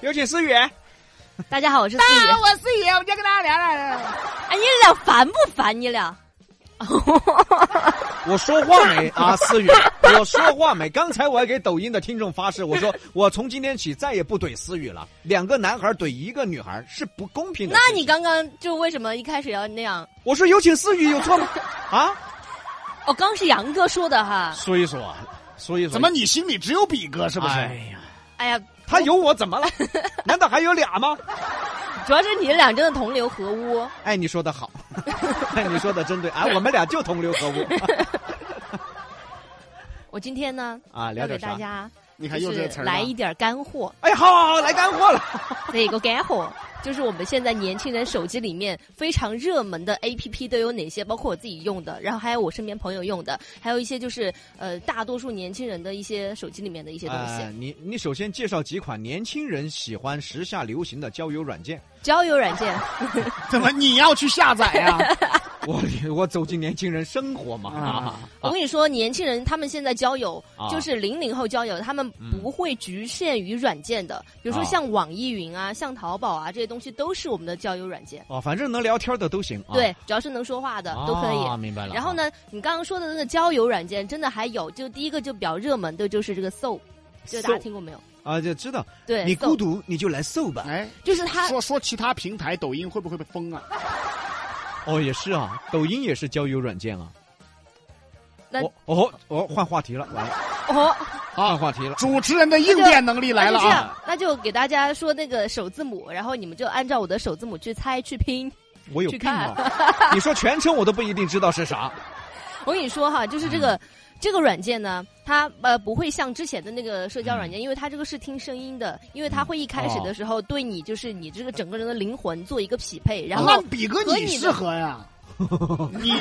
有请思雨。哎，大家好，我是思雨。我是爷，我就跟大家聊聊聊。哎，你俩烦不烦？你俩？我说话没啊，思雨，我说话没？刚才我还给抖音的听众发誓，我说我从今天起再也不怼思雨了。两个男孩怼一个女孩是不公平的那事情。你刚刚就为什么一开始要那样？我说有请思雨有错 吗？啊，哦，刚是杨哥说的哈。所以说啊，所以说怎么你心里只有比哥是不是？哎呀，哎呀，他有我怎么 了？难道还有俩 吗？主要是你俩真的同流合污。哎，你说的 好，哎，你说的真对，哎，我们俩就同流合 污我今天呢，啊，聊要给点大啥？家你看就又这是个词儿了 来一点干货。哎，好好好，来干货了。这个干货 就是我们现在年轻人手机里面非常热门的 A P P 都有哪些？包括我自己用的，然后还有我身边朋友用的，还有一些就是呃大多数年轻人的一些手机里面的一些东西。呃，你你首先介绍几款年轻人喜欢、时下流行的交友软件。交友软件，怎么你要去下载呀、我 我走进年轻人生活嘛，啊啊，我跟你说，年轻人他们现在交友啊嗯就是零零后交友，他们不会局限于软件的，比如说啊像网易云啊、像淘宝啊这些东西都是我们的交友软件。哦，反正能聊天的都行啊。对，只要是能说话的啊，都可以。明白了。然后？呢，你刚刚说的那个交友软件，真的还有，就第一个就比较热门的，就是这个 Soul，就大家 Soul 听过没有？啊，就知道对，你 Soul 孤独，你就来搜吧。哎，就是 他说说其他平台，抖音会不会被封啊？哦，也是啊，抖音也是交友软件啊。那哦哦哦，换话题了，完了，哦，换话题了。主持人的应变能力来那了就这啊！样，那就给大家说那个首字母，然后你们就按照我的首字母去猜去拼。我有去病看 啊！你说全称我都不一定知道是啥。我跟你说哈，就是这嗯个、这个软件呢，它呃不会像之前的那个社交软嗯件，因为它这个是听声音的，因为它会一开始的时候对你就是你这个整个人的灵魂做一个匹配，然那哦后比哥和你你的适 合呀，你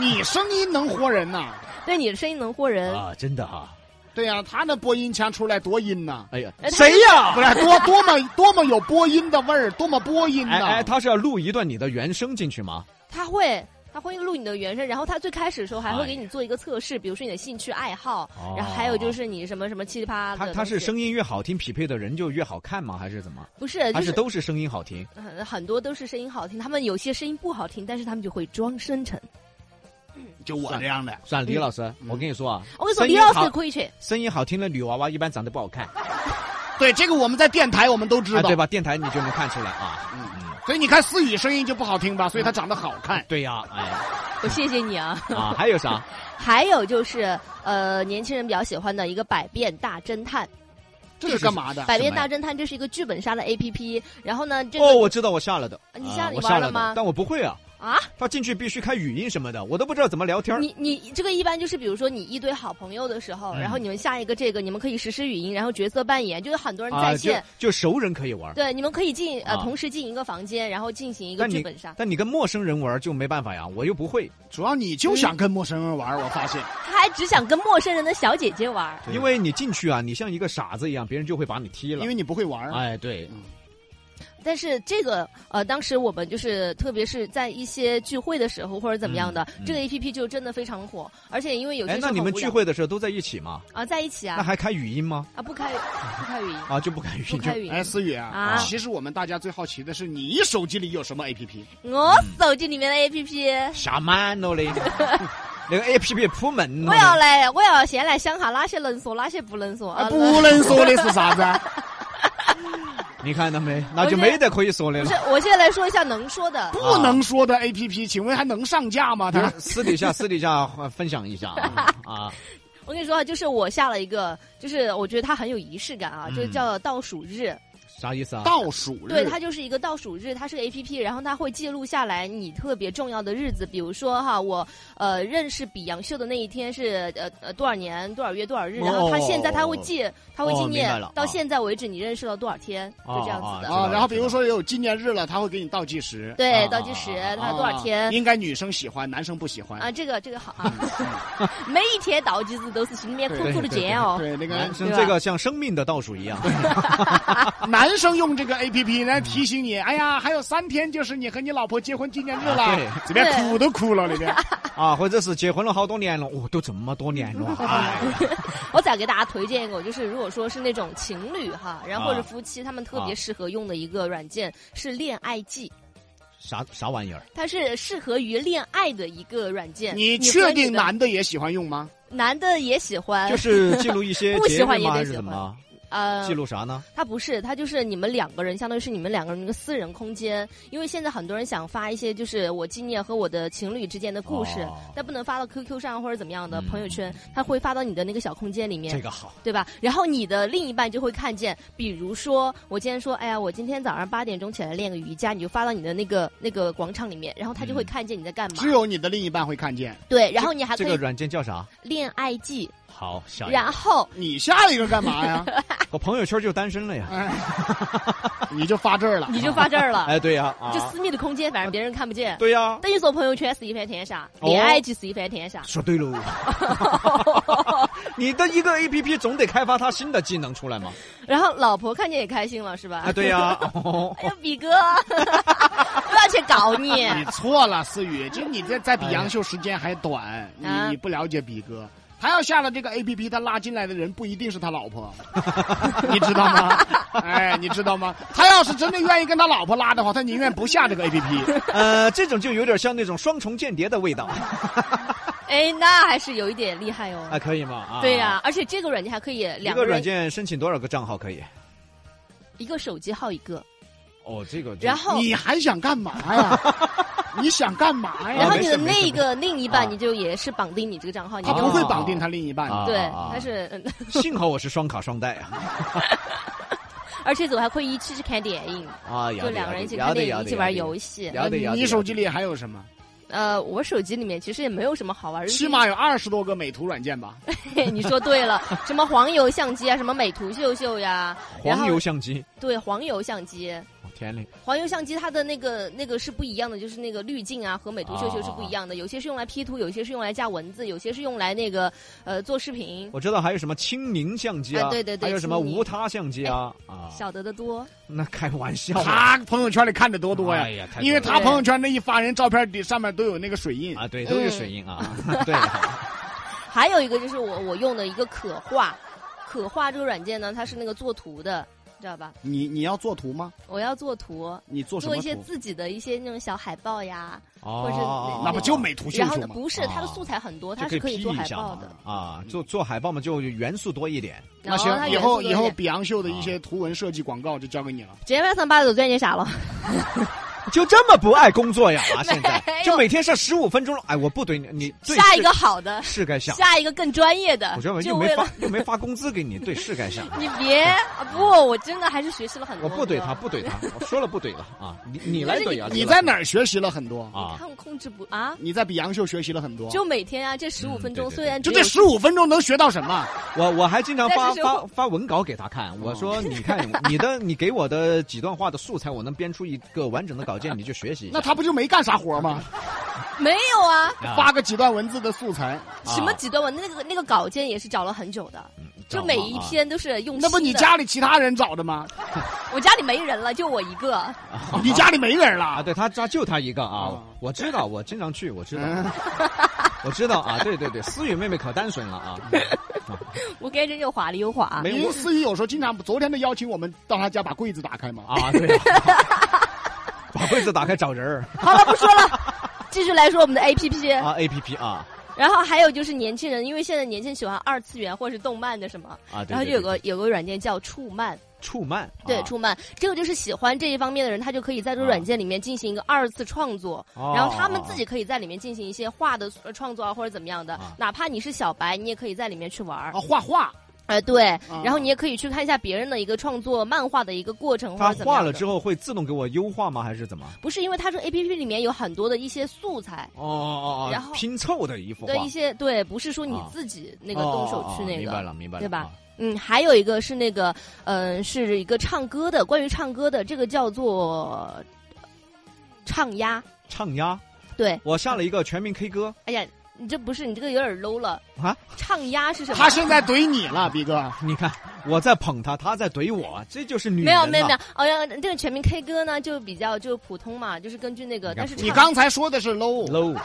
你声音能活人呐、对你的声音能惑人。啊，真的哈、对呀、他那播音腔出来多阴呐、哎呀哎，他谁呀、不是多多么多么有播音的味儿，多么播音哎呐、啊哎，他是要录一段你的原声进去吗？他会。他会录你的原声，然后他最开始的时候还会哎给你做一个测试，比如说你的兴趣爱好，哦然后还有就是你什么什么七里八他的东西。他是声音越好听，匹配的人就越好看吗？还是怎么？不是还呃就是都是声音好听？很很多都是声音好听，他们有些声音不好听，但是他们就会装深沉。就我这样的，算李老师，嗯我跟你说啊，我跟你说，声音李老好师可以去，声音好听的女娃娃一般长得不好看，对这个我们在电台我们都知啊道，对吧？电台你就能看出来啊。嗯嗯，所以你看思雨声音就不好听吧，所以她长得好看。对 呀、哎我谢谢你啊。啊，还有啥？还有就是，呃，年轻人比较喜欢的一个《百变大侦探》，这是干嘛的？《百变大侦探》这是一个剧本杀的 A P P，然后呢，这个、哦，我知道，我下了的。你下啊了我你玩下了的吗但我不会啊。啊，他进去必须开语音什么的，我都不知道怎么聊天儿。你你这个一般就是，比如说你一堆好朋友的时候，嗯然后你们下一个这个，你们可以实施语音，然后角色扮演，就是很多人啊，在就线，就熟人可以玩儿，对，你们可以进呃、啊同时进一个房间，然后进行一个但剧你本杀。但你跟陌生人玩儿就没办法呀，我又不会。主要你就想跟陌生人玩，我发现。他还只想跟陌生人的小姐姐玩儿，对因为你进去啊，你像一个傻子一样，别人就会把你踢了因。为你不会玩儿，哎，对，但是这个呃，当时我们就是特别是在一些聚会的时候或者怎么样的，嗯嗯这个 A P P 就真的非常火，而且因为有些哎，时那候你们很无聚聊会的时候都在一起吗？啊，在一起那啊还开语音吗？啊，不开不开语音，啊，就不开语不音就开。语音哎，。思雨啊，啊其实我们大家最好奇的是，你手机里有什么 APP？我手机里面的 A P P，下满 了嘞，那个 A P P 铺门了我嘞。要来，我要先来想下哪些能说，哪些不能说啊，啊。不能说的是啥子啊？你看到没？那就没得可以说的不了是。，我现在来说一下能说的。 不能说的 APP，请问还能上架吗？就它是私底下私底下呃分享一下 啊啊！我跟你说啊，就是我下了一个，就是我觉得它很有仪式感啊，嗯就是叫倒数日。啥意思啊？倒数日，对，它就是一个倒数日，它是个 A P P，然后它会记录下来你特别重要的日子，比如说哈，我呃认识比洋秀的那一天是呃呃多少年多少月多少日，然后它现在它会记，它会纪哦念明白了到啊哦现在为止你认识了多少天，就这样子的。哦知道啊，了然后比如说有纪念日了，它会给你倒计时，对，啊倒计时啊它啊多少天应该女生喜欢，男生不喜欢啊？。这个这个好啊， 每一天倒计时都是心里面苦苦嗯的哦对对对煎熬。对，那个男生对吧这个像生命的倒数一样，男男生用这个 A P P 来提醒你，哎呀，还有三天就是你和你老婆结婚纪念日了，啊对这边对哭都哭了，里边啊，或者是结婚了好多年了，哦，都这么多年 了，哎，我再给大家推荐一个，就是如果说是那种情侣哈，然后或者啊夫妻，他们特啊别适合用的一个软件是恋爱记，啥啥玩意儿？它是适合于恋爱的一个软件。你和确 你定的男的也喜欢用吗？男的也喜欢？就是记录一些不喜节日欢也吗？得还是喜怎欢 么？呃，记录啥呢？它不是，它就是你们两个人，相当于是你们两个人的一个私人空间。因为现在很多人想发一些就是我纪念和我的情侣之间的嗯故事，哦但不能发到 QQ 上或者怎么样的、嗯朋友圈，它会发到你的那个小空间里面。这个好，对吧？然后你的另一半就会看见，比如说我今天说，哎呀，我今天早上八点钟起来练个瑜伽，你就发到你的那个那个广场里面，然后他就会嗯看见你在干嘛。只有你的另一半会看见。对，然后你还这可个以软件叫啥？恋爱记，好，下一然个。后你下一个干 嘛呀？我朋友圈就单身了呀。哎，你就发这儿了。你就发这儿了， 哎，对呀，就啊，私密的空间，反正别人看不见。对呀，但是做朋友圈是一番天下，哦恋爱记是一番天下。说对 喽。你的一个 A P P 总得开发它新的技能出来嘛？然后老婆看见也开心了，是吧？啊，对呀。哦 哎呀，比哥， 不要去搞你。你错了，思雨，就你这在比哎呀杨秀时间还短，你啊你不了解比哥。他要下了这个 A P P，他拉进来的人不一定是他老婆， 你知道吗？哎，你知道吗？他要是真的愿意跟他老婆拉的话，他宁愿不下这个 A P P。 呃，这种就有点像那种双重间谍的味道， 哎，那还是有一点厉害哦还。可以吗？啊，对呀、。而且这个软件还可以一两个个软人件申请多少个账号可以？一个手机号一个，哦，这个就然后你还想干嘛 呀？你想干嘛然呀后啊？没你事的没事那个另一啊半你就也是绑定你这个账号，你他就不会绑定他另一半的。啊对，啊他是，嗯幸好我是双卡双待 啊！而且走还会一起去看电影，啊，就两个人一起看电影，一起玩游戏。戏。嗯了解了解你手机里还有什么？呃，我手机里面其实也没有什么好玩的，起码有二十多个美图软件吧？就是。 你说对了，什么黄油相机啊，什么美图秀秀呀，然后黄油相机，对黄油相机，我天嘞！黄油相机它的那个那个是不一样的，就是那个滤镜啊和美图秀秀是不一样的，啊有些是用来 P 图，有些是用来加文字，有些是用来那个呃做视频，我知道还有什么清明相机啊，啊对对对还有什么清明哎无他相机啊啊，晓得的多。那开玩笑啊，他朋友圈里看的多多呀哎呀太多，了因为他朋友圈那一发人照片底上面都有那个水印。啊，对，都有水印啊， 对啊，还有一个就是我我用的一个可画，可画这个软件呢，它是那个做图的，知道吧？你你要做图吗？我要做图，你做什做一么些图？自己的一些那种小海报呀，或者是哦，那不就美图秀然后秀呢，吗？不是它的素材很多，它啊就是可可以以 P 做海一下报嘛的。啊，做做海报嘛，就元素多一点。那然后它行，以元后素以多一后点比杨秀的一些图文设计广告就交给你了。直接卖三八九钻戒傻了，就这么不爱工 作呀？啊，现在没有就每天上十五分钟了。哎，我不怼你，你对下是一个好的，是该想，下一个更专业的我觉得，就又为没了发。又没发工资给你，对是该 想。你别啊！不，我真的还是学习了很我多。不怼他，哥，不怼他，我说了不怼他啊！你你来怼啊！你来在哪儿学习了很多？你啊？看我控制不啊？你在比杨秀学习了很多？就每天啊，这十五嗯分对钟对虽然就只这有十五分钟能学到什么？我我还经常发但是哦发发文稿给他看，我说你看你的你给我的几段话的素材，我能编出一个完整的稿件，你就学习一那下。他不就没干啥活吗？没有啊，啊发个几段文字的素材，什么几段文，那个那个稿件也是找了很久的，嗯就每一篇。篇都是用。那不你？家里其他人找的吗？我家里没人了，就我一个。 你家里没人啊，了？对他，他就他一个啊哦啊，我知道，我经常去，我知道，嗯嗯 我知道啊，对对对，思雨妹妹可单纯了 啊，我跟人又滑了又滑。没啊因有为思雨有时候经常，昨天都邀请我们到他家把柜子打开嘛。啊，对啊，把柜子打开找人儿好了，不说了。 继续来说我们的 A P P，啊，A P P 啊 然后还有就是年轻人，因为现在年轻人喜欢二次元或者是动漫的什么，啊，对然后对就有对个有个软件叫触漫，触漫，对啊，触漫，这个就是喜欢这一方面的人，他就可以在这个软件里面进行一个二次创作，哦然后他们自己可以在里面进行一些画的呃创作啊，或者怎么样的，啊哪怕你是小白，你也可以在里面去玩儿啊，，画画啊哎、对，啊然后你也可以去看一下别人的一个创作漫画的一个过程或他者怎么画样了的。之后会自动给我优化吗？还是怎么？不是因为他说 A P P 里面有很多的一些素材。哦哦然后拼凑的一幅画的，一些对，不是说你啊自己那个动手哦哦去哦那明个，白了明白了，对吧啊？嗯，还有一个是那个，嗯、是一个唱歌的，关于唱歌的，这个叫做呃唱呀，唱呀，对，我下了一个全民 K 歌，哎呀，你这不是你这个有点 low 了啊！唱压 是什么？他现在怼你了，逼哥。你看我在捧他，他在怼我，这就是女人没呐、有没有没有，哦呀，这个全民 K 歌呢就比较就普通嘛，就是根据那个，你看但是你唱刚才说的 是 low， low，、哎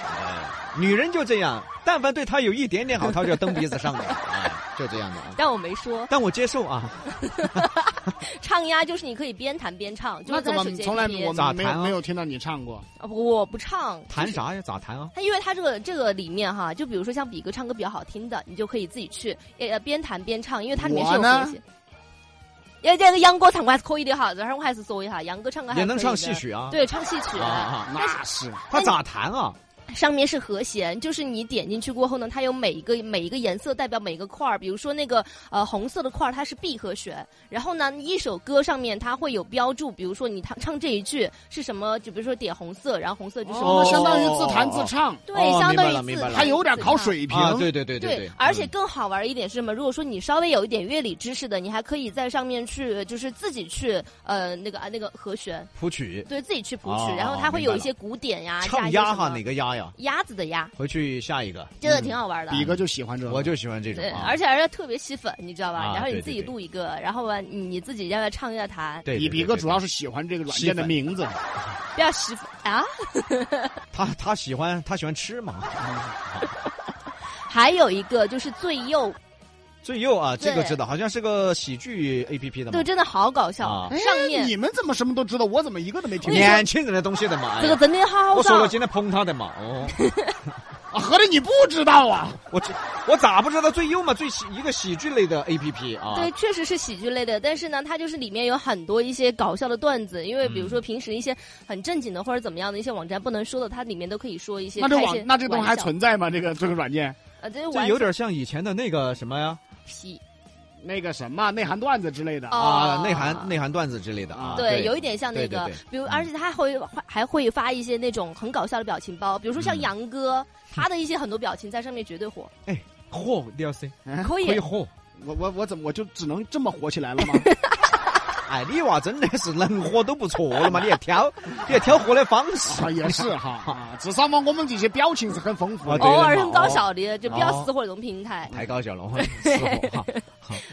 女人就这样，但凡对她有一点点好，她就要蹬鼻子上的，哎就这样的啊。但我没说但我接受啊，唱压就是你可以边弹边唱，就那是在怎手么机从来没 APP 我咋没弹啊有没有听到你唱过？啊不我不唱谈啥呀？咋谈啊？它因为它这个这个里面哈，就比如说像比哥唱歌比较好听的，你就可以自己去呃边弹边唱，因为它里面是有我呢和谐。因为这个杨哥唱歌还是可以的哈，然后我还是说一下，杨哥唱歌还也能可以唱的戏，曲啊？对，唱戏曲。啊啊，那是 他咋谈啊？上面是和弦，就是你点进去过后呢，它有每一个每一个颜色代表每一个块儿，比如说那个呃红色的块儿它是 B 和弦，然后呢一首歌上面它会有标注，比如说你唱唱这一句是什么，就比如说点红色，然后红色就是、哦那相当于自弹自唱，对，哦相明当白了于明自白了还有点考。水平。啊，对对对对对，而且更好玩儿一点是什么？如果说你稍微有一点乐理知识的，你还可以在上面去，就是自己去呃那个啊那个和弦，谱曲对自己去谱曲，哦然后它会明白有一了些鼓点呀，加唱一些鸭什哈，么哪个鸭呀？鸭子的鸭，回去下一个，这个挺好玩儿的。比哥就喜欢这个，我就喜欢这种对，啊。而且而且特别吸粉，你知道吧？啊然后你对自对己对录一个，然后吧，你你自己要不要唱要弹，对，比对比哥主要是喜欢这个软件的名字，不要吸粉啊！他他喜欢他喜欢吃嘛。还有一个就是最右，最右啊，这个对知道，好像是个喜剧 A P P 的嘛对，。真的好搞笑。啊哎上面你们怎么什么都知道？我怎么一个都没听过？年轻人的东西的嘛。哎这个真的好我说搞我笑。今天捧他的嘛，哦，啊合着你不知道啊？我这我咋不知道最右嘛？最喜一个喜剧类的 A P P 啊。对，确实是喜剧类的，但是呢，它就是里面有很多一些搞笑的段子，因为比如说平时一些很正经的或者怎么样的一些网站不能说的，它里面都可以说一些那这开一网些那这东西玩还笑存在吗？这个这个软件啊，这这玩有点像以前的那个什么呀皮那个什么内涵段子之类哦的，啊，内涵内涵段子之类的啊。对，有一点像那对对个对，比如，而且他还会还会发一些那种很搞笑的表情包，比如说像嗯杨哥，他的一些很多表情在上面绝对火，嚯，你要谁？哎可可以以。嚯！我我我怎么我就只能这么火起来 了吗？哎，你娃真的是能火都不错了嘛，你还挑，你还挑火的方式。 啊，也是哈，啊至少嘛，我们这些表情是很丰富啊的对。偶尔的嘛很搞哦笑的，就不要哦死火龙平台。太搞笑了，我是 我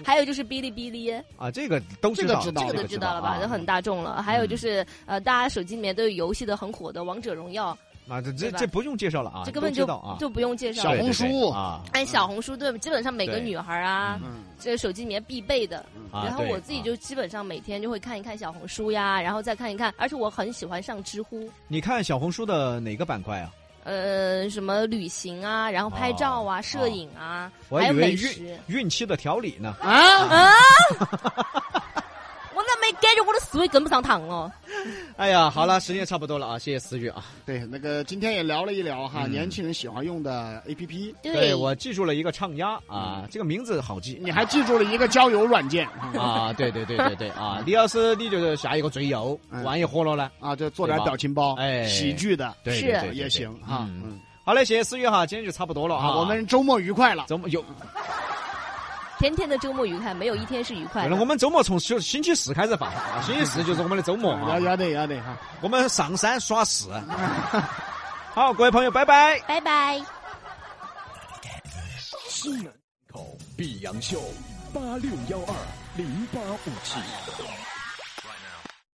还有就是哔哩哔哩，啊，这个都知道，这个知道这这个个都知道了吧？啊都很大众了。还有就是呃，大家手机里面都有游戏的很火的《王者荣耀啊，这这对吧这不用介绍了啊，》，这根本都知就道啊，就不用介绍小了。对对对红书啊哎，小红书对，基本上每个对女孩啊，嗯，这手机里面必备的。啊，然后对我自己，就基本上每天就会看一看小红书呀，然后再看一看，而且我很喜欢上知乎，啊你看小红书的哪个板块啊？呃，什么旅行啊，然后拍照啊、摄影啊，哦我还还有以为美食孕。孕期的调理 呢，啊，啊！我那没感觉我的思维跟不上趟哦。哎呀，好了，时间差不多了啊，谢谢思雨啊。对，那个今天也聊了一聊哈，嗯啊年轻人喜欢用的 APP，对我记住了一个唱鸭啊，这个名字好记。嗯你还记住了一个交友软件啊 啊，对对对对对啊，李老师你就是下一个最右，嗯万一火了呢？啊，就做点对吧表情包，哎喜剧的对是对对对也对行啊。嗯嗯，好嘞，谢谢思雨哈，今天就差不多了啊，啊，我们周末愉快了。周末有天天的周末愉快，没有一天是愉快对的了，。我们周末从星星期四开始放， 啊星期四就是我们的周末嗯要啊，要得要得哈。我们上山耍 事。好，各位朋友，拜拜。拜拜。西南口碧阳秀八六幺二零八五七。